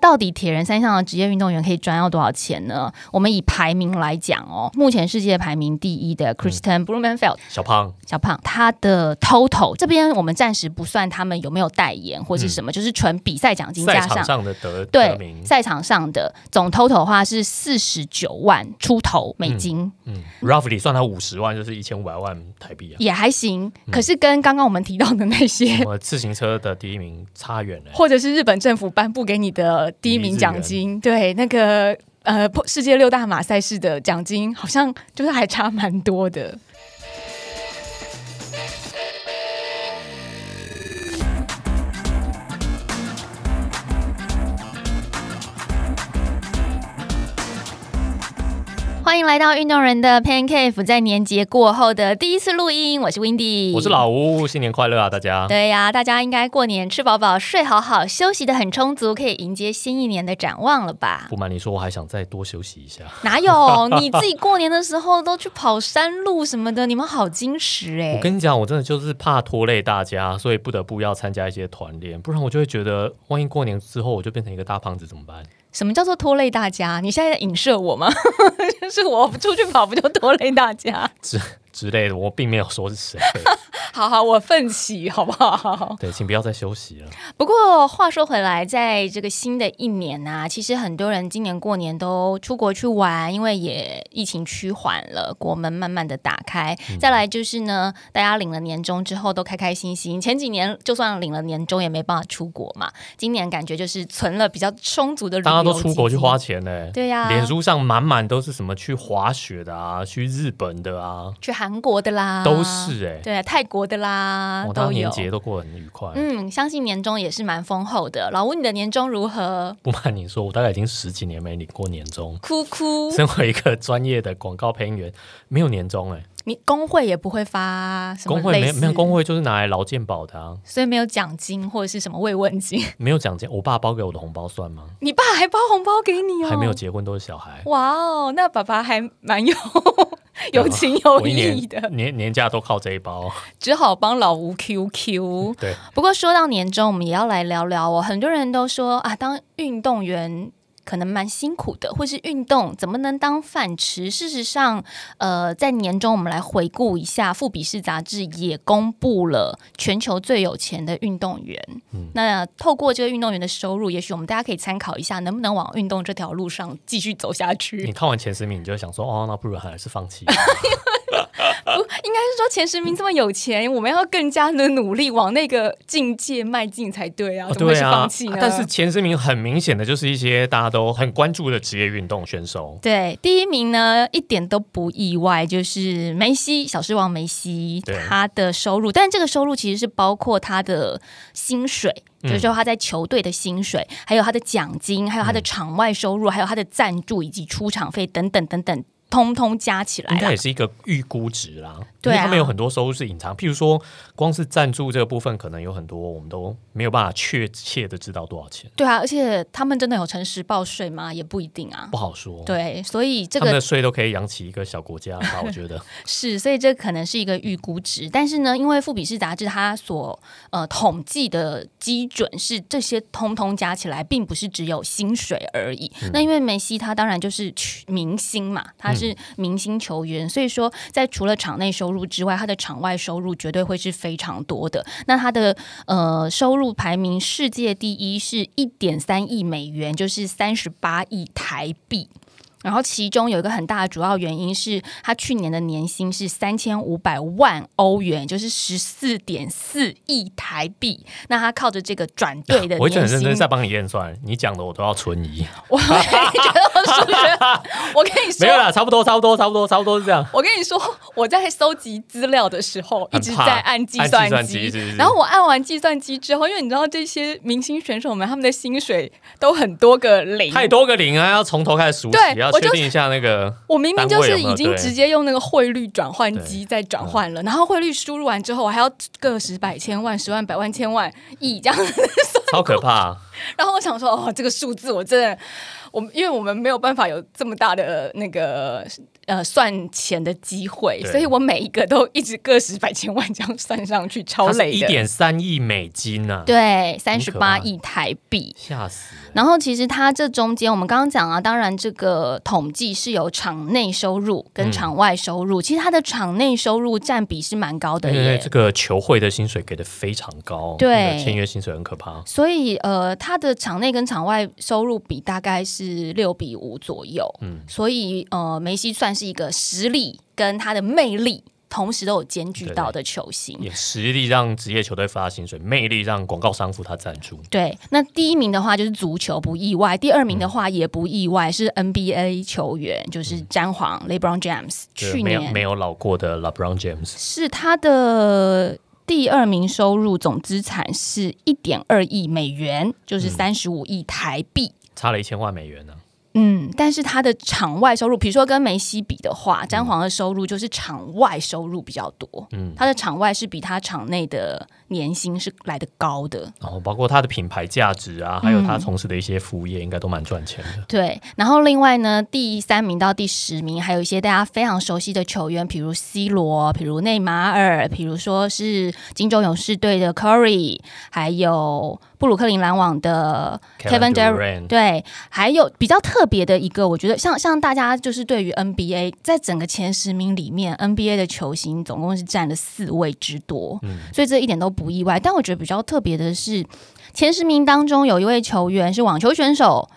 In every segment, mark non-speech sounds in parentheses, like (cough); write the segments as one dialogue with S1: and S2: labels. S1: 到底铁人三项的职业运动员可以赚到多少钱呢？我们以排名来讲哦，目前世界排名第一的 Kristen Blumenfeld
S2: 小胖
S1: 小胖，他的 total 这边我们暂时不算他们有没有代言或是什么，就是纯比赛奖金
S2: 赛
S1: 加
S2: 场
S1: 上
S2: 上的得得
S1: 对
S2: 名，
S1: 赛场上的总 total 的话是四十九万出头美金，
S2: 嗯，roughly 算他五十万就是一千五百万台币啊。
S1: 也还行。可是跟刚刚我们提到的那
S2: 什
S1: 些，
S2: 么自行车的第一名差远了、
S1: 或者是日本政府颁布给你的第一名奖金，对那个呃破世界六大马赛事的奖金，好像就是还差蛮多的。欢迎来到运动人的 Pan Cave，在年节过后的第一次录音，我是 Windy，
S2: 我是老吴，新年快乐啊，大家！
S1: 对呀、大家应该过年吃饱饱、睡好好、休息的很充足，可以迎接新一年的展望了吧？ (laughs)
S2: 不瞒你说，我还想再多休息一下。
S1: 哪有你自己过年的时候都去跑山路什么的，你们好矜持哎、
S2: 我跟你讲，我真的就是怕拖累大家，所以不得不要参加一些团练，不然我就会觉得，万一过年之后我就变成一个大胖子怎么办？
S1: 什么叫做拖累大家？你现在在影射我吗？ (laughs) 就是我出去跑不就拖累大家？
S2: 之之类的，我并没有说是谁。
S1: (laughs) 好好，我奋起好不好？
S2: 对，请不要再休息
S1: (laughs)
S2: 了。
S1: 不过话说回来，在这个新的一年啊，其实很多人今年过年都出国去玩，因为也疫情趋缓了，国门慢慢的打开。
S2: 嗯
S1: 再来就是呢，大家领了年终之后都开开心心。前几年就算领了年终也没办法出国嘛，今年感觉就是存了比较充足的旅游
S2: 大家都出国去花
S1: 基
S2: 钱呢、
S1: 金。对呀、
S2: 脸书上满满都是什么去滑雪的啊，去日本的啊，
S1: 去韩国的啦，
S2: 都是哎、
S1: 啊对、泰国的啦，
S2: 我
S1: 都
S2: 当年
S1: 有。
S2: 节都过得很愉快。
S1: 嗯，相信年终也是蛮丰厚的。老吴，你的年终如何？
S2: 不瞒你说，我大概已经十几年没领过年终。 (laughs)
S1: 哭哭。
S2: 身为一个专业的广告配音员，没有年终哎、
S1: 你工会也不会发什么
S2: 工会
S1: 类
S2: 没
S1: 似
S2: 没有工，会就是拿来劳健保的啊，
S1: 所以没有奖金或者是什么慰问金。 (laughs)
S2: 没有奖金。我爸包给我的红包算吗？
S1: 你爸还包红包给你哦，
S2: 还没有。结婚都是小孩，
S1: 哇哦，那爸爸还蛮
S2: (laughs)
S1: 有 (laughs) 有情有
S2: 啊我一
S1: 义
S2: 年
S1: 的，
S2: 年年假都靠这一包。 (laughs)
S1: 只好帮老吴 QQ。
S2: 对，
S1: 不过说到年终，我们也要来聊聊哦。很多人都说啊，当运动员可能蛮辛苦的，或是运动怎么能当饭吃？事实上，呃，在年终我们来回顾一下，《富比士》杂志也公布了全球最有钱的运动员。
S2: 嗯
S1: 那透过这个运动员的收入，也许我们大家可以参考一下，能不能往运动这条路上继续走下去？
S2: 你看完前十名，你就会想说，哦，那不如还是放弃。
S1: (laughs) 不应该是说前十名这么有钱，我们要更加的努力往那个境界迈进才对啊！
S2: 哦
S1: 怎么会
S2: 对
S1: 是
S2: 啊，
S1: 放弃呢？
S2: 但是前十名很明显的就是一些大家都很关注的职业运动选手。
S1: 对，第一名呢一点都不意外，就是梅西，小狮王梅西
S2: 对，
S1: 他的收入，但这个收入其实是包括他的薪水。
S2: 嗯
S1: 就是说他在球队的薪水，还有他的奖金，还有他的场外收入，还有他的赞助以及出场费等等等等，通通加起来
S2: 应该
S1: 啦
S2: 也。是一个预估值啦，
S1: 对啊
S2: 因为他们有很多收入是隐藏，譬如说光是赞助这个部分，可能有很多我们都没有办法确切的知道多少钱，
S1: 对啊，而且他们真的有诚实报税吗？也不一定啊。
S2: 不好说。，
S1: 对，所以这
S2: 他们
S1: 个
S2: 的税都可以养起一个小国家吧，我觉
S1: (laughs)
S2: 得。
S1: 是，所以这可能是一个预估值，但是呢，因为《富比士》杂志它所呃统计的基准是这些通通加起来，并不是只有薪水而已。那因为梅西他当然就是去明星嘛，他是明星球员，所以说在除了场内收入之外，他的场外收入绝对会是非常多的。那他的呃收入排名世界第一是一点三亿美元，就是三十八亿台币。然后其中有一个很大的主要原因是，他去年的年薪是三千五百万欧元，就是十四点四亿台币。那他靠着这个转队的
S2: 啊我会觉得
S1: 年
S2: 很认
S1: 薪
S2: 真，在帮你验算，你讲的我都要
S1: (laughs)
S2: 存疑。
S1: 我会觉得我数学，我跟你
S2: (laughs) 没有
S1: 说。
S2: 啦，差不多，差不多，差不多，差不多是这样。
S1: 我跟你说，我在搜集资料的时候，一
S2: 很
S1: 直
S2: 怕
S1: 在按计
S2: 按计
S1: 算
S2: 算
S1: 机
S2: 机是不是，
S1: 然后我按完计算机之后，因为你知道这些明星选手们他们的薪水都很多个零，
S2: 太多个零啊，要从头开始数
S1: 对
S2: 起，要
S1: 我
S2: 确
S1: 就
S2: 定一下
S1: (laughs)
S2: 那个。
S1: 我明明就是已
S2: 单位有没
S1: 经
S2: 有对
S1: 直接用那个汇率转换机在转换了，然后汇率输入完之后，我还要个十百千万、十万百万千万亿这样子，
S2: 超可怕！
S1: 然后我想说，哦，这个数字我真的，我们因为我们没有办法有这么大的那个呃算钱的机会，
S2: 对
S1: 所以我每一个都一直个十百千万这样算上去，超
S2: 它是
S1: 累
S2: 一
S1: 的。
S2: 点三亿美金呐、啊，
S1: 对，三十
S2: 很可怕
S1: 八亿台币。
S2: 吓死了！
S1: 然后其实它这中间，我们刚刚讲啊，当然这个统计是有场内收入
S2: 嗯
S1: 跟场外收入，其实它的场内收入占比是蛮高的
S2: 因为
S1: 耶
S2: 这。个球会的薪水给的非常高，
S1: 对
S2: 那个签约薪水很可怕。
S1: 所以呃，它的场内跟场外收入比大概是六比五左右，
S2: 嗯
S1: 所以呃，梅西算是一个实力跟他的魅力同时都有兼具到的球星。
S2: 也实力让职业球队发薪水，魅力让广告商付他赞助。
S1: 对，那第一名的话就是足球，不意外；第二名
S2: 嗯
S1: 的话也不意外，是 NBA 球员，就是詹皇 （LeBron James）。
S2: 对
S1: 去
S2: 没有
S1: 年
S2: 没有老过的 LeBron James，
S1: 是他的第二名收入总资产是一点二亿美元，
S2: 嗯
S1: 就是三十五亿台币。
S2: 差了一千万美元呢、
S1: 嗯，但是他的场外收入，比如说跟梅西比的话，詹皇的收入就是场外收入比较多，
S2: 嗯，
S1: 他的场外是比他场内的年薪是来的高的，
S2: 然后包括他的品牌价值啊，还有
S1: 嗯
S2: 他从事的一些服务业，应该都蛮赚钱的。
S1: 对。然后另外呢，第三名到第十名还有一些大家非常熟悉的球员，比如 C 罗，比如内马尔，比如说是金州勇士队的 Curry，还有布鲁克林篮网的 Kevin
S2: d u
S1: Durant
S2: r。a n
S1: 对，还有比较特别的一个，我觉得像像大家就是对于 NBA，在整个前十名里面，NBA 的球星总共是占了四位之多，所以这一点都不意外。但我觉得比较特别的是，前十名当中有一位球员是网球选手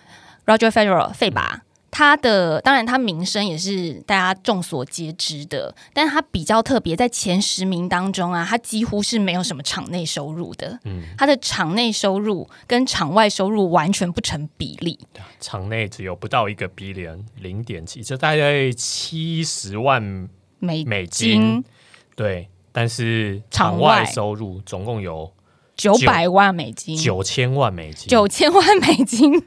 S1: Roger Federer 费拔。他的当然，他名声也是大家众所皆知的，但他比较特别，在前十名当中啊，他几乎是没有什么场内收入的，他的场内收入跟场外收入完全不成比例。
S2: 场内只有不到一个 billion，零点七，这大概七十万
S1: 美
S2: 美金
S1: 金。
S2: 对，但是
S1: 场
S2: 场外
S1: 外
S2: 收入总共有
S1: 九百万美金，
S2: 九千万美金，
S1: 九千万美金。 (laughs)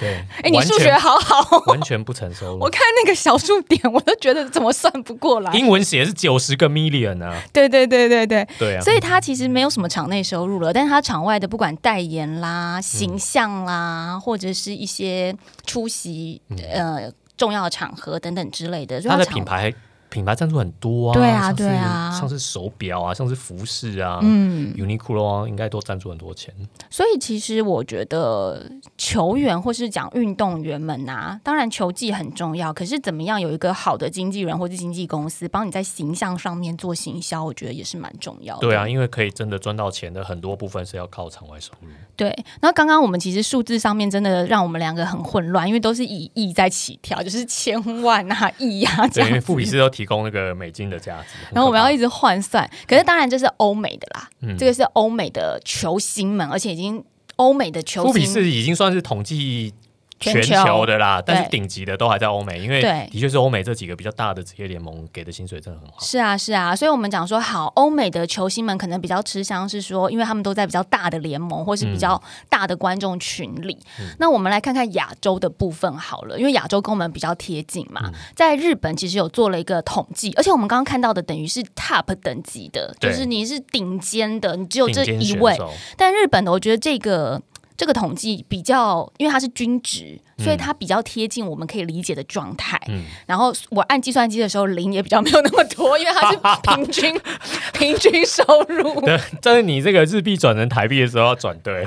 S2: 对，
S1: 哎、你
S2: 完全
S1: 数学好好哦， (laughs)
S2: 完全不成收
S1: 我
S2: 入。
S1: 看那个小数点，我都觉得怎么算不过来。
S2: 英文写是九十个 million 啊，
S1: 对对对对对，
S2: 对啊，
S1: 所以他其实没有什么场内收入了，但是他场外的不管代言啦、
S2: 嗯
S1: 形象啦，或者是一些出席呃重要场合等等之类的，所以
S2: 嗯它的
S1: 场
S2: 品牌品牌赞助很多啊，
S1: 对啊
S2: 像是
S1: 对啊
S2: 像是手表啊，像是服饰啊，
S1: 嗯，
S2: Uniqlo 啊，应该都赞助很多钱。
S1: 所以其实我觉得球员或是讲运动员们啊，当然球技很重要，可是怎么样有一个好的经纪人或是经纪公司帮你在形象上面做行销，我觉得也是蛮重要的。
S2: 对啊，，因为可以真的赚到钱的很多部分是要靠场外收入。
S1: 对。那刚刚我们其实数字上面真的让我们两个很混乱，因为都是以亿在起跳，就是千万啊、亿啊这
S2: 对，因为
S1: 样
S2: 富
S1: 子。
S2: 比士都提供那个美金的价值。
S1: 然后我们要
S2: 一
S1: 一直换算，可是当然这是欧美的啦，
S2: 嗯
S1: 这个是欧美的球星们，而且已经欧美的球
S2: 富比
S1: 星
S2: 士已经算是统计全
S1: 全球
S2: 球的啦，但是
S1: 对
S2: 顶级的都还在欧美，因为
S1: 对
S2: 的确是欧美这几个比较大的职业联盟给的薪水真的很好。
S1: 是啊，是啊，所以我们讲说，好，欧美的球星们可能比较吃香，是说，因为他们都在比较大的联盟或是比较
S2: 嗯
S1: 大的观众群里。那我们来看看亚洲的部分好了，因为亚洲跟我们比较贴近嘛。
S2: 嗯
S1: 在日本其实有做了一个统计，而且我们刚刚看到的等于是 top 等级的，就
S2: 对
S1: 是你是顶尖的，你只有哦这
S2: 顶尖
S1: 一
S2: 选
S1: 位。
S2: 手，
S1: 但日本的，我觉得这个这个统计比较，因为它是均值，所以它比较贴近我们可以理解的状态。
S2: 嗯
S1: 然后我按计算机的时候，零也比较没有那么多，因为它是平均平均收入，
S2: (laughs)
S1: (laughs)
S2: 对，但是你这个日币转成台币的时候要转对，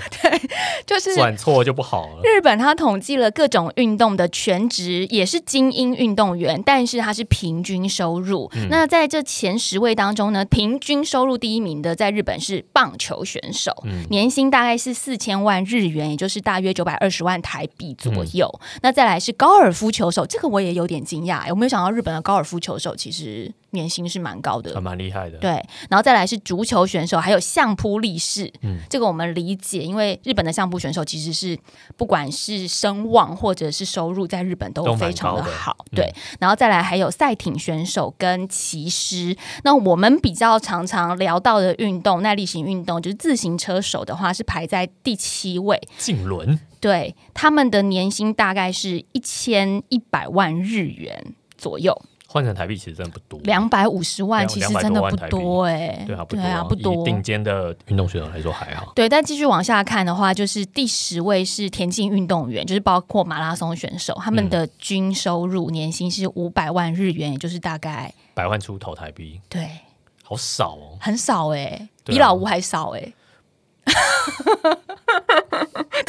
S1: 就是。
S2: 转错就不好了。
S1: 日本它统计了各种运动的全职，也是精英运动员，但是它是平均收入。
S2: 嗯
S1: 那在这前十位当中呢，平均收入第一名的在日本是棒球选手，
S2: 嗯
S1: 年薪大概是四千万日元，也就是大约九百二十万台币左右。
S2: 嗯
S1: 那再来是高尔夫球手，这个我也有点惊讶，我没有想到日本的高尔夫球手其实年薪是蛮高的
S2: 还。蛮厉害的，
S1: 对，然后再来是足球选手，还有相扑力士。
S2: 嗯
S1: 这个我们理解，因为日本的相扑选手其实是不管是声望或者是收入，在日本都
S2: 都蛮
S1: 非常的
S2: 高的
S1: 好。
S2: 嗯
S1: 对，然后再来还有赛艇选手跟骑师。那我们比较常常聊到的运动，耐力型运动就是自行车手的话，是排在第七位。
S2: 竞轮
S1: 对，他们的年薪大概是一千一百万日元左右。
S2: 换成台币其实真的不多。
S1: 两百五十万
S2: 两
S1: 其实真的不多哎、
S2: 对啊，不
S1: 对
S2: 多、
S1: 啊，不
S2: 以
S1: 多。
S2: 顶尖的运动选手来说还好。
S1: 对，但继续往下看的话，就是第十位是田径运动员，就是包括马拉松选手，他
S2: 嗯
S1: 们的均收入年薪是五百万日元，也就是大概
S2: 百万出头台币，
S1: 对，
S2: 好少哦。
S1: 很少哎、
S2: 对啊
S1: 比老吴还少哎、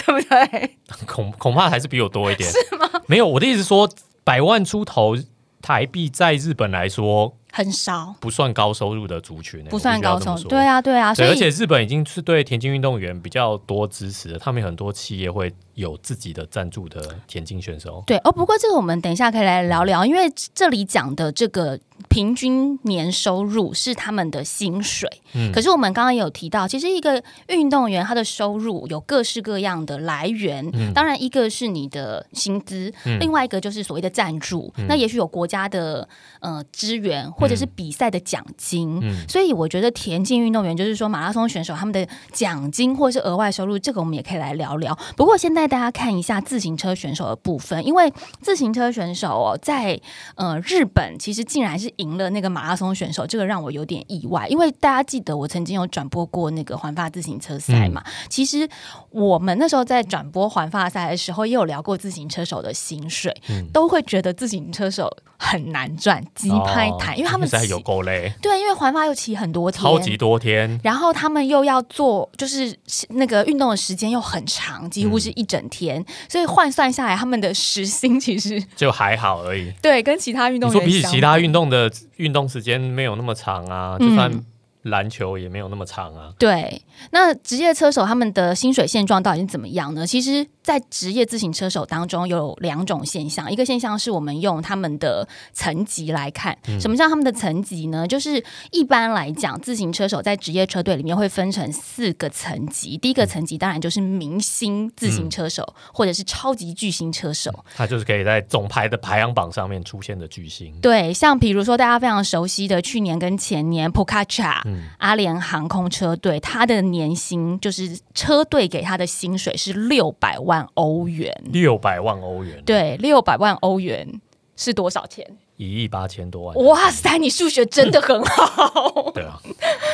S1: 对不对？
S2: (laughs) 恐恐怕还是比我多一
S1: (laughs)
S2: 点，是吗？没有，我的意思是说，百万出头台币在日本来说
S1: 很少，
S2: 不算高收入的族群欸、
S1: 不算高
S2: 收
S1: 手。对啊，对啊，所
S2: 对，
S1: 以
S2: 而且日本已经是对田径运动员比较多支持的，他们有很多企业会有自己的赞助的田径选手。
S1: 对哦，不过这个我们等一下可以来聊聊，因为这里讲的这个平均年收入是他们的薪水。
S2: 嗯
S1: 可是我们刚刚有提到，其实一个运动员他的收入有各式各样的来源，当然一个是你的薪资，另外一个就是所谓的赞助，那也许有国家的呃资源或者是比赛的奖金。
S2: 嗯
S1: 所以我觉得田径运动员，就是说马拉松选手他们的奖金或是额外收入，这个我们也可以来聊聊。不过现在大家看一下自行车选手的部分，因为自行车选手哦，在呃日本其实竟然是赢了那个马拉松选手，这个让我有点意外。因为大家记得我曾经有转播过那个环法自行车赛嘛，其实我们那时候在转播环法赛的时候，也有聊过自行车手的薪水，
S2: 嗯
S1: 都会觉得自行车手很难赚鸡拍台，
S2: 哦
S1: 因为他们
S2: 实在
S1: 骑
S2: 有够累，
S1: 对，因为环法又骑很多天，
S2: 超级多天。
S1: 然后他们又要做，就是那个运动的时间又很长，几乎是
S2: 嗯
S1: 一整天，所以换算下来，他们的时薪其实
S2: 就还好而已。
S1: 对跟其他运
S2: 你
S1: 动
S2: 说
S1: 员
S2: 比起
S1: 相
S2: 其他运动的运动时间没有那么长啊，就
S1: 嗯
S2: 算篮球也没有那么长啊。
S1: 对，那职业车手他们的薪水现状到底是怎么样呢？其实，在职业自行车手当中有两种现象，一个现象是我们用他们的层级来看，什么叫他们的层级呢？就是一般来讲，自行车手在职业车队里面会分成四个层级，第一个层级当然就是明星自行车手、或者是超级巨星车手，
S2: 他就是可以在总排的排行榜上面出现的巨星。
S1: 对，像比如说大家非常熟悉的去年跟前年 p o c a c h a 阿联航空车队，它的年薪就是车队给他的薪水是六百万欧元，
S2: 六百万欧元，
S1: 对，六百万欧元。是多少钱？
S2: 一亿八千多万。
S1: 哇塞，你数学真的很好。
S2: (laughs) 对啊，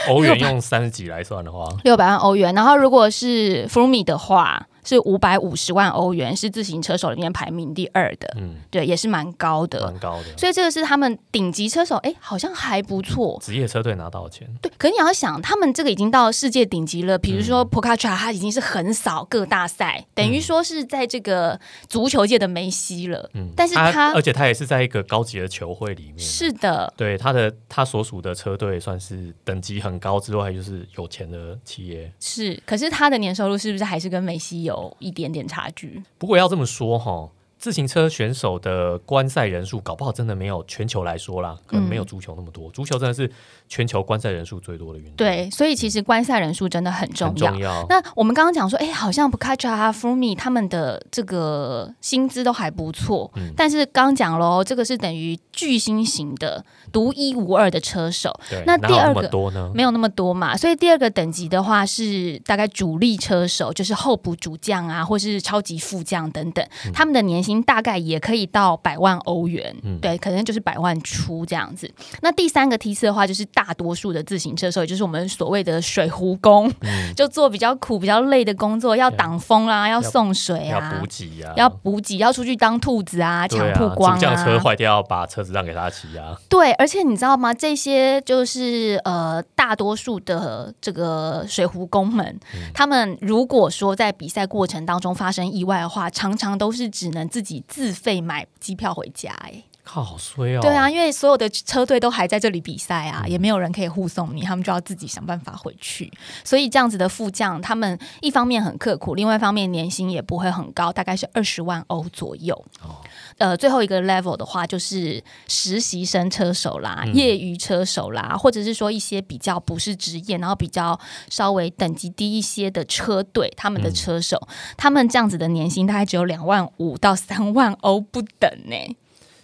S2: 欧元用三十几来算的话，
S1: 六百万欧元，然后如果是 f r u m i 的话，是五百五十万欧元，是自行车手里面排名第二的，
S2: 嗯，
S1: 对，也是蛮高的。
S2: 蛮高的。
S1: 所以这个是他们顶级车手，哎，好像还不错。
S2: 职业车队拿到的钱，
S1: 对，可是你要想，他们这个已经到世界顶级了。比如
S2: 嗯
S1: 说 p o c a c h a 他已经是横扫各大赛，等于说是在这个足球界的梅西了。
S2: 嗯，
S1: 但是他
S2: 而且他也是在一个高级的球会里面，
S1: 是的，
S2: 对他的他所属的车队算是等级很高之外，就是有钱的企业。
S1: 是。可是他的年收入是不是还是跟梅西有一点点差距？
S2: 不过要这么说哈，自行车选手的观赛人数，搞不好真的没有全球来说
S1: 嗯
S2: 啦，可能没有足球那么多。足球真的是全球观赛人数最多的运动，，
S1: 对，所以其实观赛人数真的很重
S2: 很
S1: 要
S2: 重。要。
S1: 那我们刚刚讲说，哎，好像 p o c a c h a Fumi 他们的这个薪资都还不错，
S2: 嗯
S1: 但是刚讲喽，这个是等于巨星型的、独一无二的车手。
S2: 对，
S1: 那
S2: 哪
S1: 第
S2: 有
S1: 二
S2: 那么
S1: 个
S2: 多呢？
S1: 没有那么多嘛，所以第二个等级的话是大概主力车手，就是候补主将啊，或是超级副将等等，他们的年薪大概也可以到百万欧元，
S2: 嗯
S1: 对，可能就是百万出这样子。那第三个梯次的话，就是大多数的自行车手，也就是我们所谓的水壶
S2: 嗯
S1: 工，就做比较苦、比较累的工作，要挡风啊，要送水
S2: 要
S1: 啊
S2: 补。给啊，
S1: 要补给，要出去当兔子啊，抢
S2: 对啊
S1: 曝光
S2: 主将车坏掉，把车子让给他骑啊。
S1: 对，而且你知道吗？这些就是呃，大多数的这个水壶工们，他们如果说在比赛过程当中发生意外的话，常常都是只能自己自费买机票回家、哎、
S2: 靠，好衰哦！
S1: 对啊，，因为所有的车队都还在这里比赛啊，也没有人可以护送你，他们就要自己想办法回去。所以这样子的副将，他们一方面很刻苦，另外一方面年薪也不会很高，大概是二十万欧左右。
S2: 哦
S1: 呃，最后一个 level 的话，就是实习生车手啦、业余车手啦，或者是说一些比较不是职业，然后比较稍微等级低一些的车队，他们的车手，他们这样子的年薪大概只有两万五到三万欧不等呢、欸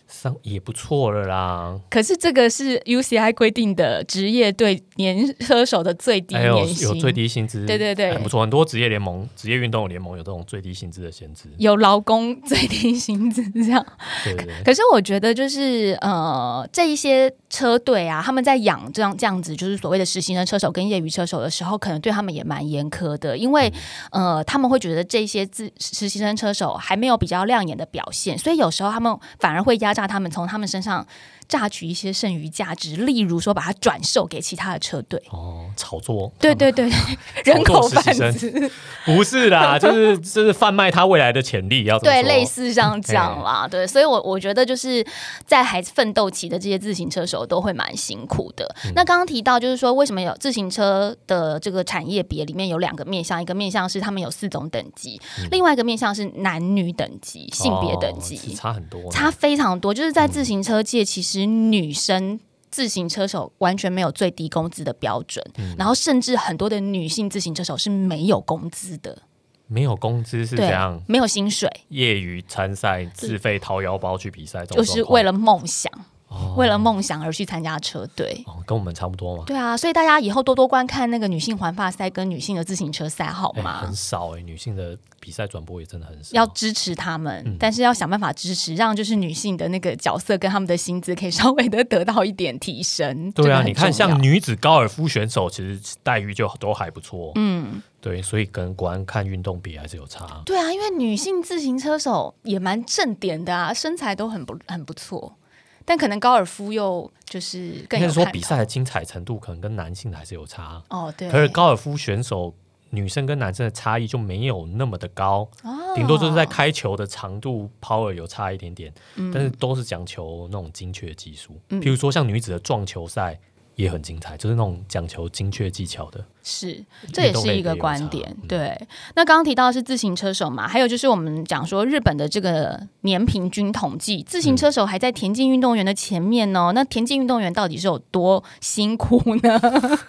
S2: 三也不错了啦。
S1: 可是这个是 UCI 规定的职业对年车手的最低
S2: 还有
S1: 年薪，
S2: 哎有最低薪资，
S1: 对对对
S2: 很不错。很多职业联盟、职业运动联盟有这种最低薪资的限制，
S1: 有劳工最低薪资这
S2: (laughs)
S1: 样。
S2: 对对对。
S1: 可是我觉得就是呃，这一些车队啊，他们在养这样这样子，就是所谓的实习生车手跟业余车手的时候，可能对他们也蛮严苛的，因为、
S2: 嗯
S1: 呃，他们会觉得这些自实习生车手还没有比较亮眼的表现，所以有时候他们反而会压榨他们，从他们身上榨取一些剩余价值，例如说把它转售给其他的车队。
S2: 哦，炒作，
S1: 对对
S2: (laughs)
S1: 对，人口贩子，
S2: 不
S1: (laughs)
S2: 是啦，就是就是贩卖他未来的潜力，要这么
S1: 对，
S2: 说
S1: 类似这样讲啦，对，所以我我觉得就是在还奋斗期的这些自行车手都会蛮辛苦的。
S2: 嗯
S1: 那刚刚提到就是说，为什么有自行车的这个产业别里面有两个面向，一个面向是他们有四种等级，另外一个面向是男女等级、性别等
S2: 嗯哦是
S1: 级，
S2: 差很多嗯呢，
S1: 差非常多。就是在自行车界，其实女生。自行车手完全没有最低工资的标准，
S2: 嗯
S1: 然后甚至很多的女性自行车手是没有工资的，
S2: 没有工资是这
S1: 对
S2: 样，，
S1: 没有薪水，
S2: 业余参赛自费掏腰包去比赛，这种
S1: 就是
S2: 状况
S1: 为了梦想，
S2: 哦
S1: 为了梦想而去参加车队。
S2: 哦，跟我们差不多嘛，
S1: 对啊，所以大家以后多多观看那个女性环法赛跟女性的自行车赛，好
S2: 哎
S1: 吗？
S2: 很少哎，女性的比赛转播也真的很少，
S1: 要支持他们，
S2: 嗯
S1: 但是要想办法支持，让就是女性的那个角色跟他们的薪资可以稍微的得到一点提升。
S2: 对
S1: 这
S2: 啊，
S1: 个很
S2: 你看
S1: 重要
S2: 像女子高尔夫选手，其实待遇就都还不错，嗯，对，所以跟国安看运动比还是有差。
S1: 对啊，因为女性自行车手也蛮正点的啊，身材都很不很不错，但可能高尔夫又就是更
S2: 应
S1: 有
S2: 该是说
S1: 看
S2: 比
S1: 头
S2: 赛的精彩程度可能跟男性的还是有差，
S1: 哦，对，
S2: 可是高尔夫选手女生跟男生的差异就没有那么的高，顶多就是在开球的长度、power 有差一点点，但是都是讲求那种精确技术。譬如说像女子的撞球赛也很精彩，就是那种讲求精确技巧的。
S1: 是，这也是一个观
S2: 运
S1: 点
S2: 动类。别
S1: 对，那刚刚提到的是自行车手嘛，还有就是我们讲说日本的这个年平均统计，自行车手还在田径运动员的前面哦。那田径运动员到底是有多辛苦呢？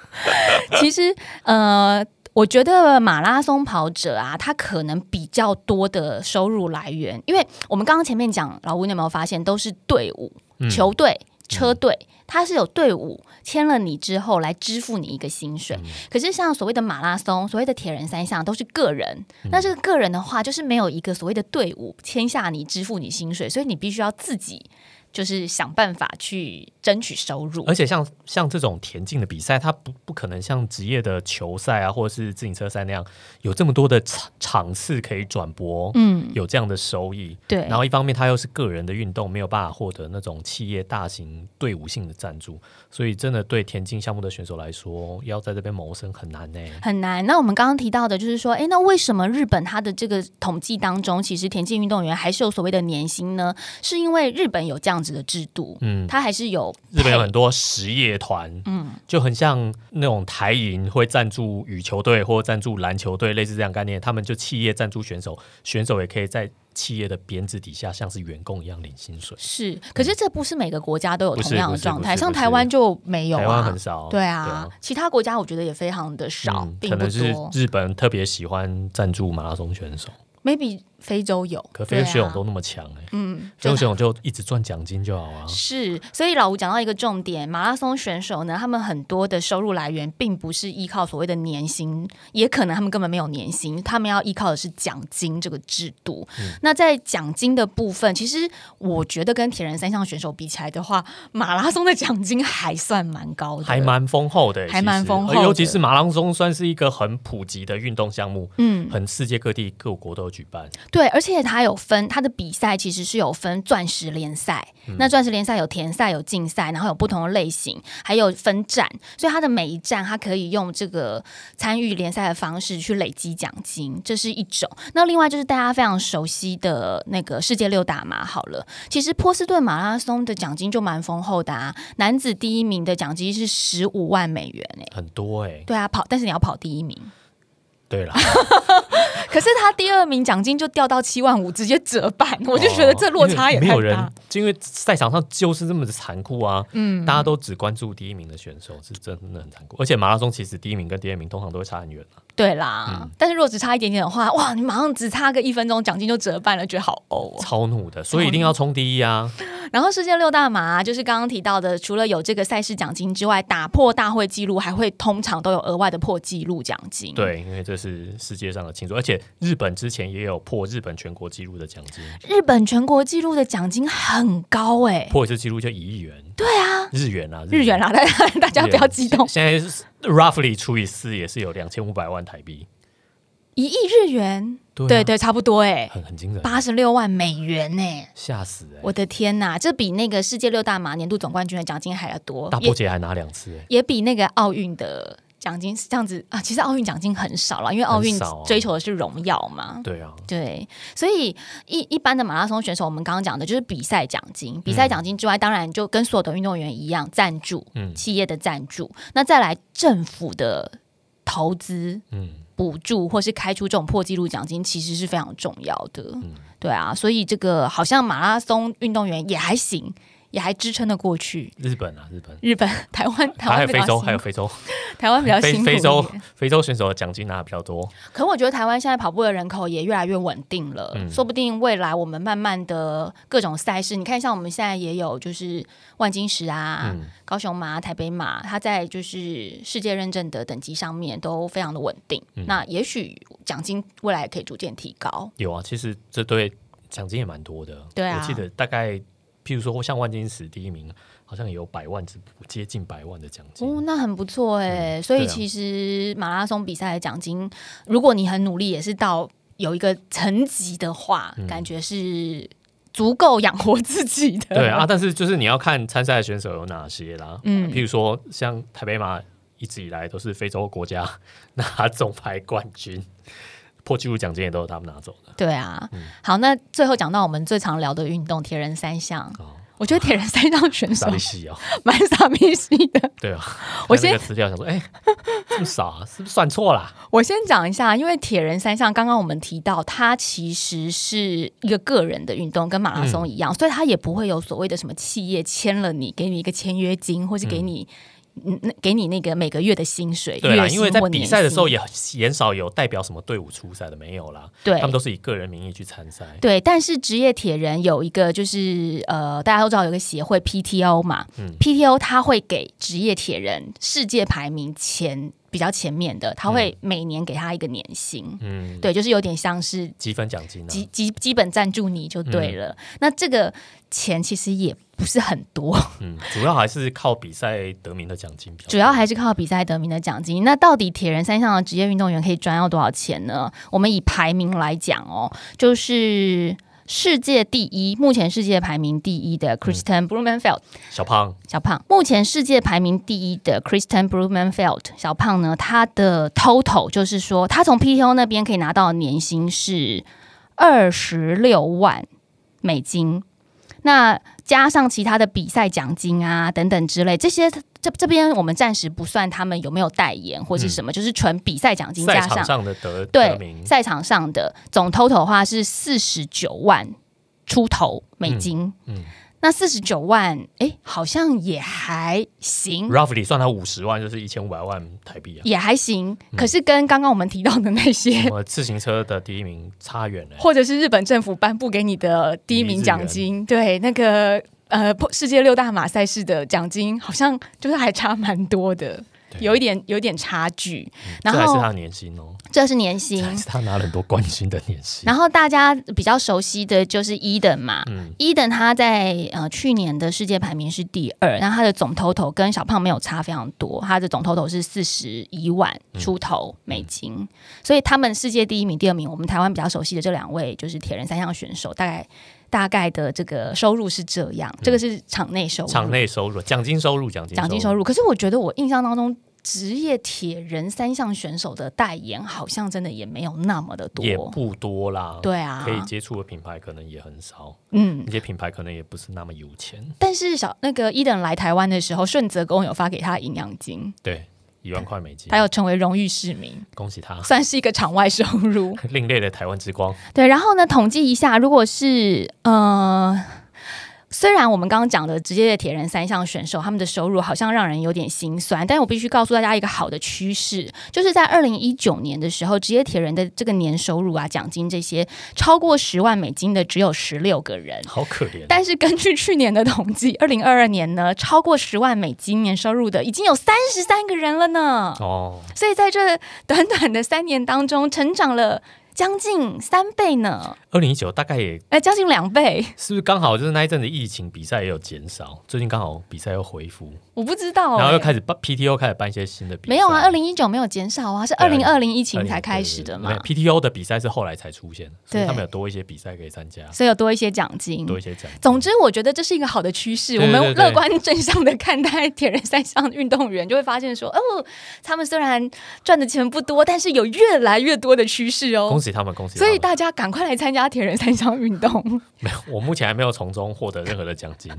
S1: (laughs) 其实，呃。我觉得马拉松跑者啊，他可能比较多的收入来源，因为我们刚刚前面讲，老吴你有没有发现，都是队伍、球队、车队，它是有队伍签了你之后来支付你一个薪水。
S2: 嗯
S1: 可是像所谓的马拉松、所谓的铁人三项都是个人，
S2: 嗯
S1: 那这个个人的话，就是没有一个所谓的队伍签下你支付你薪水，所以你必须要自己就是想办法去争取收入
S2: 而。且像像这种田径的比赛，它不不可能像职业的球赛啊，或者是自行车赛那样有这么多的场场次可以转播，嗯，有这样的收益。
S1: 对，
S2: 然后一方面，它又是个人的运动，没有办法获得那种企业大型队伍性的赞助，所以真的对田径项目的选手来说，要在这边谋生很难呢、
S1: 很难。那我们刚刚提到的，就是说，诶，哎那为什么日本它的这个统计当中，其实田径运动员还是有所谓的年薪呢？是因为日本有这样子的制度，嗯，它还是有
S2: 日本有很多实业团，嗯，就很像那种台银会赞助羽球队或赞助篮球队，类似这样概念，他们就企业赞助选手，选手也可以在企业的编制底下，像是员工一样领薪水。
S1: 是，可是这不是每个国家都有
S2: 嗯不是
S1: 同样
S2: 不
S1: 的
S2: 是
S1: 状
S2: 不
S1: 态，
S2: 是
S1: 像
S2: 不
S1: 台
S2: 是
S1: 湾就没有
S2: 台湾
S1: 啊
S2: 很。少，
S1: 对
S2: 啊
S1: 啊，，其他国家我觉得也非常的少，
S2: 嗯
S1: 并
S2: 可
S1: 不
S2: 能是
S1: 多。
S2: 日本特别喜欢赞助马拉松选手，
S1: maybe 非洲有，
S2: 可非
S1: 对
S2: 洲选手
S1: 啊
S2: 都那么强哎、
S1: 嗯，
S2: 非洲
S1: 就
S2: 选手就一直赚奖金就好啊。
S1: 是，所以老吴讲到一个重点，马拉松选手呢，他们很多的收入来源并不是依靠所谓的年薪，也可能他们根本没有年薪，他们要依靠的是奖金这个制度。
S2: 嗯
S1: 那在奖金的部分，其实我觉得跟铁人三项选手比起来的话，马拉松的奖金还算蛮高的，
S2: 还蛮丰厚的欸，
S1: 还蛮
S2: 其实
S1: 丰厚
S2: 呃
S1: 的
S2: 尤其是马拉松算是一个很普及的运动项目，
S1: 嗯，
S2: 很世界各地各国都有举办。
S1: 对，而且它有分，它的比赛其实是有分钻石联赛，那钻石联赛有田赛、有竞赛，然后有不同的类型，还有分站，所以它的每一站，它可以用这个参与联赛的方式去累积奖金，这是一种。那另外就是大家非常熟悉的那个世界六大马，好了，其实波士顿马拉松的奖金就蛮丰厚的啊，男子第一名的奖金是十五万美元诶、
S2: 很多哎、欸，
S1: 对啊，跑，但是你要跑第一名，
S2: 对啦，
S1: 可是他第二名奖金就掉到七万五，直接折半，我就觉得这落差也
S2: 哦因为没
S1: 太
S2: 有人
S1: 大。，
S2: 就因为赛场上就是这么的残酷啊，嗯，大家都只关注第一名的选手，是真的很残酷。而且马拉松其实第一名跟第二名通常都会差很远啊，
S1: 对啦，但是如果只差一点点的话，哇，
S2: (laughs)
S1: 你马上只差个一分钟，奖金就折半了，觉得好欧、哦。
S2: 超怒的，所以一定要冲第一啊，
S1: 然后世界六大马、就是刚刚提到的，除了有这个赛事奖金之外，打破大会纪录还会通常都有额外的破纪录奖金。，
S2: 对，因为这是世界上的庆祝，而且日本之前也有破日本全国纪录的奖金，
S1: 日本全国纪录的奖金很高哎、
S2: 破一次纪录就一亿元。对啊，日元啊，
S1: 日元啦，大家大家
S2: 日元
S1: 不要激动，
S2: 现在是 roughly 除以四也是有两千五百万台币，
S1: 一亿日元，
S2: 对啊
S1: 对对，差不多哎、
S2: 很很惊人，
S1: 八十六万美元欸呢、
S2: 吓死哎、
S1: 我的天呐，这比那个世界六大马年度总冠军的奖金还要多，
S2: 大
S1: 也
S2: 波姐还拿两次哎、
S1: 也比那个奥运的奖金这样子啊。其实奥运奖金很少了，因为奥运
S2: 很少啊
S1: 追求的是荣耀嘛。
S2: 对啊，
S1: 对，所以一一般的马拉松选手，我们刚刚讲的就是比赛奖
S2: 嗯
S1: 金，比赛奖金之外，当然就跟所有的运动员一样，赞助
S2: 嗯
S1: 企业的赞助，那再来政府的投资
S2: 嗯，
S1: 补助或是开出这种破纪录奖金，其实是非常重要的。
S2: 嗯
S1: 对啊，所以这个好像马拉松运动员也还行，也还支撑得过去。
S2: 日本啊，日本。
S1: 日本、台湾、台
S2: 还
S1: 湾
S2: 有
S1: 比
S2: 非
S1: 较
S2: 洲，
S1: 辛
S2: 还有
S1: 苦，
S2: 非洲，
S1: 台湾比较
S2: 非
S1: 辛苦
S2: 非
S1: 一
S2: 洲
S1: 点。
S2: 非洲选手的奖金拿的比较多，
S1: 可我觉得台湾现在跑步的人口也越来越稳定了，
S2: 嗯
S1: 说不定未来我们慢慢的各种赛事，你看像我们现在也有就是万金石啊、
S2: 嗯
S1: 高雄马、台北马，它在就是世界认证的等级上面都非常的稳定。
S2: 嗯
S1: 那也许奖金未来可以逐渐提高。
S2: 有啊，其实这对奖金也蛮多的。
S1: 对啊
S2: 我记得大概，譬如说像万金石第一名，好像有百万之接近百万的奖金。
S1: 哦，那很不错哎、所以
S2: 对啊
S1: 其实马拉松比赛的奖金，如果你很努力，也是到有一个层级的话，
S2: 嗯
S1: 感觉是足够养活自己 (laughs) 的。
S2: 对啊，，但是就是你要看参赛的选手有哪些啦。
S1: 嗯
S2: 譬如说像台北马一直以来都是非洲国家拿总排冠军， (laughs) 破纪录奖金也都是他们拿走的。
S1: 对啊。
S2: 嗯
S1: 好，那最后讲到我们最常聊的运动——铁人三项。
S2: 哦
S1: 我觉得铁人三项选手
S2: 傻利西哦， (laughs)
S1: 蛮 (laughs) 傻逼兮的。
S2: 对啊，
S1: 我
S2: 看那
S1: 先
S2: 个资料想说，哎、这么傻、是不是算
S1: (laughs)
S2: 错啦？
S1: 我先讲一下，因为铁人三项刚刚我们提到，它其实是一个个人的运动，跟马拉松一
S2: 嗯
S1: 样，所以它也不会有所谓的什么企业签了你，给你一个签约金，或是给你。嗯，那给你那个每个月的薪水，
S2: 对啦，
S1: 月薪
S2: 因为在
S1: 或
S2: 比
S1: 年
S2: 赛的时候
S1: 薪
S2: 也很少有代表什么队伍出赛的，没有啦。
S1: 对
S2: 他们都是以个人名义去参赛。
S1: 对，但是职业铁人有一个就是呃，大家都知道有个协会 PTO 嘛、p
S2: 嗯
S1: t o 它会给职业铁人世界排名前比较前面的，他会每年给他一个年薪，
S2: 嗯，
S1: 对，就是有点像是
S2: 积分奖金啊，
S1: 基基基本赞助你就对了。那这个钱其实也不是很多， (laughs)
S2: 嗯，主要还是靠比赛得名的奖金比较多。
S1: 主要还是靠比赛得名的奖金。那到底铁人三项的职业运动员可以赚到多少钱呢？我们以排名来讲哦，就是。世界第一，目前世界排名第一的 Kristen Blumenfeld、
S2: 小胖
S1: 小胖，目前世界排名第一的 Kristen Blumenfeld 小胖呢，他的 total 就是说，他从 PTO 那边可以拿到的年薪是二十六万美金，那加上其他的比赛奖金啊等等之类，这些这这边我们暂时不算他们有没有代言或是什么，就是纯比赛奖金
S2: 嗯赛
S1: 加
S2: 场
S1: 上
S2: 上的得
S1: 对
S2: 得名，
S1: 赛场上的总 total 的话是四十九万出头美金。
S2: 嗯嗯
S1: 那四十九万，哎，好像也还行。
S2: roughly 算他五十万就是一千五百万台币啊。
S1: 也还行，可是跟刚刚我们提到的那些，
S2: 什么自行车的第一名差远了、
S1: 或者是日本政府颁布给你的第一名奖金，对那个呃破世界六大马赛事的奖金，好像就是还差蛮多的，
S2: 对嗯
S1: 有一点有一点差距。
S2: 这
S1: 然
S2: 还是他
S1: 后
S2: 的年薪哦，
S1: 这是年
S2: 这
S1: 薪，
S2: 还是他拿了很多冠军的年薪
S1: 然。后大家比较熟悉的就是伊登嘛，
S2: 嗯
S1: 伊登他在呃去年的世界排名是第二，那他的总 total 跟小胖没有差非常多，他的总 total 是四十一万
S2: 嗯
S1: 出头美金，所以他们世界第一名、第二名，我们台湾比较熟悉的这两位就是铁人三项选手，大概大概的这个收入是这样，这个是场内收入，
S2: 嗯场内收入、奖金收入、奖金
S1: 奖金收入。可是我觉得我印象当中。职业铁人三项选手的代言好像真的也没有那么的多，
S2: 也不多啦，、
S1: 对啊，
S2: 可以接触的品牌可能也很少，
S1: 嗯
S2: 那，些品牌可能也不是那么有钱。
S1: 但是小那个伊登来台湾的时候，顺泽公有发给他营养金，
S2: 对，一万块美金，
S1: 他有成为荣誉市民，
S2: 恭喜他，
S1: 算是一个场外收入。
S2: 另类的台湾之光。
S1: 对，然后呢，统计一下，如果是呃。虽然我们刚刚讲的职业铁人三项选手他们的收入好像让人有点心酸，但我必须告诉大家一个好的趋势，就是在二零一九年的时候，职业铁人的这个年收入啊、奖金这些超过十万美金的只有十六个人。
S2: 好可怜。啊
S1: 但是根据去年的统计，二零二二年呢，超过十万美金年收入的已经有三十三个人了呢。
S2: 哦，
S1: 所以在这短短的三年当中，成长了将近三倍呢，
S2: 二零一九大概也
S1: 呃，将近两倍。
S2: 是不是刚好就是那一阵子疫情比赛也有减少，最近刚好比赛又恢复，
S1: 我不知道、欸，
S2: 然后又开始办 PTO 开始办一些新的比赛。
S1: 没有啊，二零一九没有减少啊，是
S2: 对
S1: 二
S2: 啊
S1: 零二零疫情才开始的嘛，
S2: 对对对对 PTO 的比赛是后来才出现的，所以
S1: 对
S2: 他们有多一些比赛可以参加，
S1: 所以有多一些奖金。
S2: 多一些奖。
S1: 总之，我觉得这是一个好的趋势。
S2: 对对
S1: 我
S2: 对
S1: 们乐观正向的看待铁人三项运动员，就会发现说，哦，他们虽然赚的钱不多，但是有越来越多的趋势
S2: 恭
S1: 哦。
S2: 喜他啊们，恭喜他
S1: 所
S2: 们！
S1: 以大家赶快来参加铁人三项运
S2: (laughs)
S1: 动，
S2: 没有，我目前还没有从中获得任何的奖金。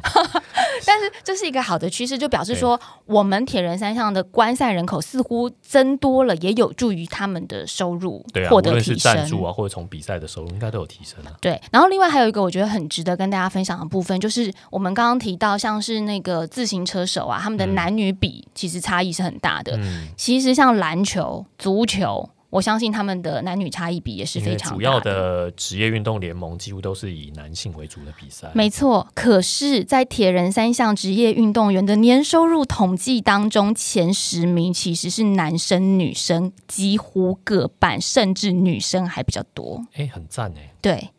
S1: 但是这是一个好的趋势，就表示说我们铁人三项的观赛人口似乎增多了，也有助于他们的收入
S2: 对啊，
S1: (laughs) 获
S2: 无
S1: 得
S2: 论
S1: 提
S2: 是
S1: 升。
S2: 赞助啊，或者从比赛的收入，应该都有提升啊。
S1: 对，然后另外还有一个我觉得很值得跟大家分享的部分，就是我们刚刚提到，像是那个自行车手啊，他们的
S2: 嗯
S1: 男女比其实差异是很大的。
S2: 嗯，
S1: 其实像篮球、足球，我相信他们的男女差异比也是
S2: 因
S1: 非
S2: 为
S1: 常
S2: 主要
S1: 大的。
S2: 的职业运动联盟几乎都是以男性为主的比赛。
S1: 没错，可是，在铁人三项职业运动员的年收入统计当中，前十名其实是男生、女生几乎各半，甚至女生还比较多。
S2: 哎，很赞哎，
S1: 对，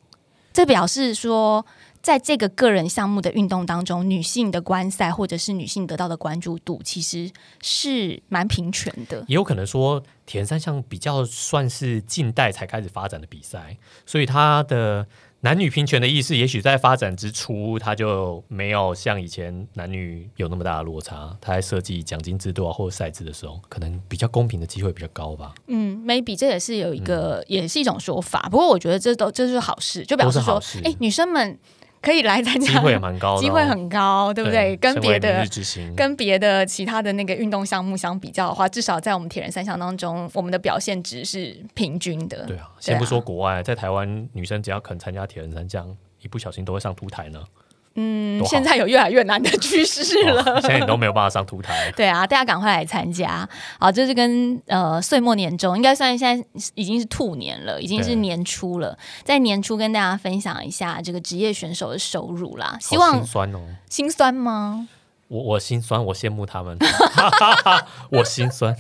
S1: 这表示说，在这个个人项目的运动当中，女性的观赛或者是女性得到的关注度，其实是蛮平权的。
S2: 也有可能说铁人三项比较算是近代才开始发展的比赛，所以它的男女平权的意识，也许在发展之初，它就没有像以前男女有那么大的落差。它在设计奖金制度啊或者赛制的时候，可能比较公平的机会比较高
S1: (laughs)
S2: 吧，
S1: 嗯，maybe 这也是有一个，也是一种说法。不过我觉得这都这是好事，就表示说
S2: 嗯都是好事，
S1: 哎，女生们可以来参加，
S2: 机会也蛮高的哦、
S1: 机会很高，对不对？跟
S2: 身
S1: 别
S2: 为明
S1: 的
S2: 日之星
S1: 跟别的其他的那个运动项目相比较的话，至少在我们铁人三项当中，我们的表现值是平均的。
S2: 对啊，先不说国外，在台湾女生只要肯参加铁人三项，一不小心都会上凸台呢。嗯
S1: 嗯现在有越来越难的趋
S2: (laughs)
S1: 势了。。
S2: 哦现在你都没有办法上凸台
S1: (laughs) 对啊，大家赶快来参加！好，这是跟呃岁末年终，应该算现在已经是兔年了，已经是
S2: 对
S1: 年初了。在年初跟大家分享一下这个职业选手的收入啦，希
S2: 好
S1: 望
S2: 心酸哦，
S1: 心酸吗？
S2: 我我心酸，我羡慕
S1: (laughs)
S2: 他们， (laughs) 我心酸。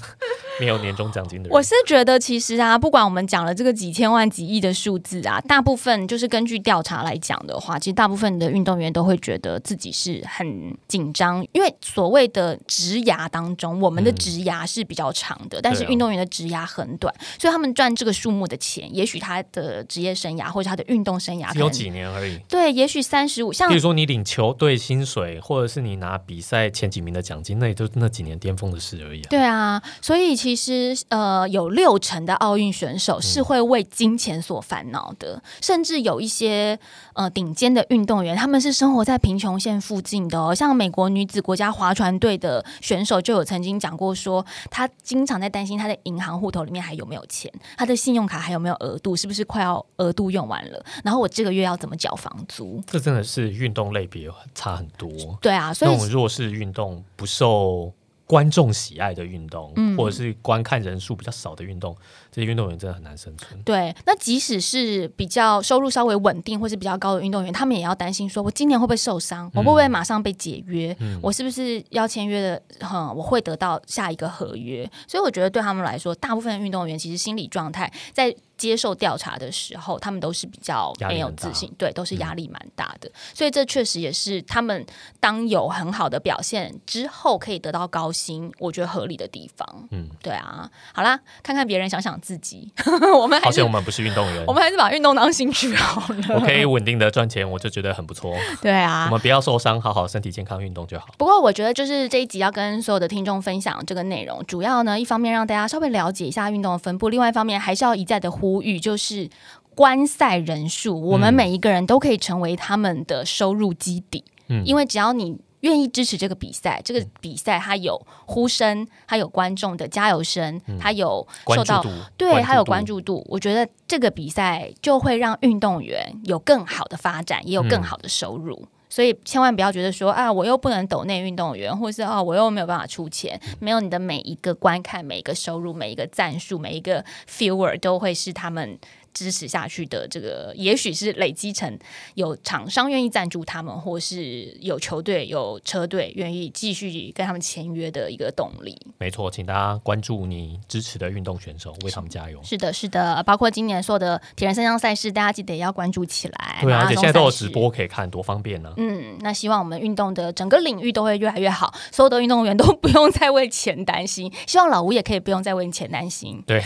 S2: 没有年终奖金的人，
S1: 我是觉得其实啊，不管我们讲了这个几千万、几亿的数字啊，大部分就是根据调查来讲的话，其实大部分的运动员都会觉得自己是很紧张，因为所谓的职涯当中，我们的
S2: 嗯
S1: 职涯是比较长的，但是
S2: 对啊
S1: 运动员的职涯很短，所以他们赚这个数目的钱，也许他的职业生涯或者他的运动生涯
S2: 只
S1: 可
S2: 有
S1: 能
S2: 几年而已。
S1: 对，也许三十五，像
S2: 比如说你领球队薪水，或者是你拿比赛前几名的奖金，那也就那几年巅峰的事而已、啊。
S1: 对啊，所以其实呃，有六成的奥运选手是会为金钱所烦恼的，甚至有一些呃顶尖的运动员，他们是生活在贫穷线附近的哦。像美国女子国家划船队的选手就有曾经讲过说，她经常在担心她的银行户头里面还有没有钱，她的信用卡还有没有额度，是不是快要额度用完了？然后我这个月要怎么缴房租？
S2: 这真的是运动类别差很多。
S1: 对啊，所
S2: 那
S1: 以
S2: 种弱势运动不受观众喜爱的运动，
S1: 嗯
S2: 或者是观看人数比较少的运动，这些运动员真的很难生
S1: (laughs)
S2: 存。
S1: 对，那即使是比较收入稍微稳定或是比较高的运动员，他们也要担心说，我今年会不会受伤？我会不
S2: 嗯
S1: 会马上被解约？我是不是要签约的？哼、我会得到下一个合约？所以我觉得对他们来说，大部分运动员其实心理状态在接受调查的时候，他们都是比较
S2: 压力
S1: 没有
S2: 很大嗯
S1: 自信，对，都是压力蛮大的。所以这确实也是他们当有很好的表现之后可以得到高薪，我觉得合理的地方。嗯
S2: 嗯，
S1: 对啊，好啦，看看别人，想想自己， (laughs) 我们还
S2: 好
S1: 是
S2: 险我们不是运动
S1: (laughs)
S2: 员
S1: 我，们还是把运动当兴趣好了。
S2: 我可以稳定的赚钱，我就觉得很不错。
S1: (laughs) 对啊，
S2: 我们不要受伤，好好身体健康运动就好。
S1: 不过我觉得就是这一集要跟所有的听众分享这个内容，主要呢一方面让大家稍微了解一下运动的分布，另外一方面还是要一再的呼吁，就是。观赛人数，我们每一个人都可以成为他们的收入基底，
S2: 嗯
S1: 因为只要你愿意支持这个比赛，这个比赛它有呼声，它有观众的加油声，它有
S2: 嗯关
S1: 受
S2: 注
S1: 到
S2: 度，
S1: 对，还有
S2: 度
S1: 关注度，我觉得
S2: 嗯
S1: 这个比赛就会让运动员有更好的发展，也有更好的收入。所以千万不要觉得说啊，我又不能抖内运动员，或是啊，我又没有办法出钱。没有你的每一个观看、每一个收入、每一个赞数、每一个 viewer 都会是他们支持下去的这个，也许是累积成有厂商愿意赞助他们，或是有球队、有车队愿意继续跟他们签约的一个动力。
S2: 没错，请大家关注你支持的运动选手，为他们加油。
S1: 是的，是的，包括今年所有的铁人三项赛事，大家记得也要关注起来。
S2: 对啊，
S1: 哎马
S2: 而
S1: 拉
S2: 且
S1: 松
S2: 现在都有
S1: 赛事
S2: 直。播可以看，多方便呢、啊
S1: 嗯，那希望我们运动的整个领域都会越来越好，所有的运动员都不用再为钱担心。希望老吴也可以不用再为钱担
S2: (laughs)
S1: 心。 (laughs)
S2: 对，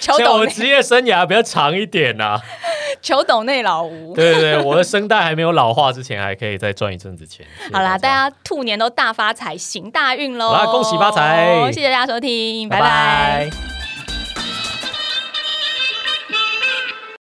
S1: 求
S2: 像我
S1: 抖
S2: 们
S1: 内，
S2: 职业生涯比较长一点呐、
S1: (laughs) 求抖内老吴。
S2: 对对对，我的声带还没有老化之前，还可以再赚一阵子钱。谢谢
S1: 好啦，大
S2: 家。
S1: 家兔年都大发财，行大运喽！
S2: 啊好啦恭喜发财
S1: 谢谢大家收听，
S2: 拜
S1: 拜拜
S2: 拜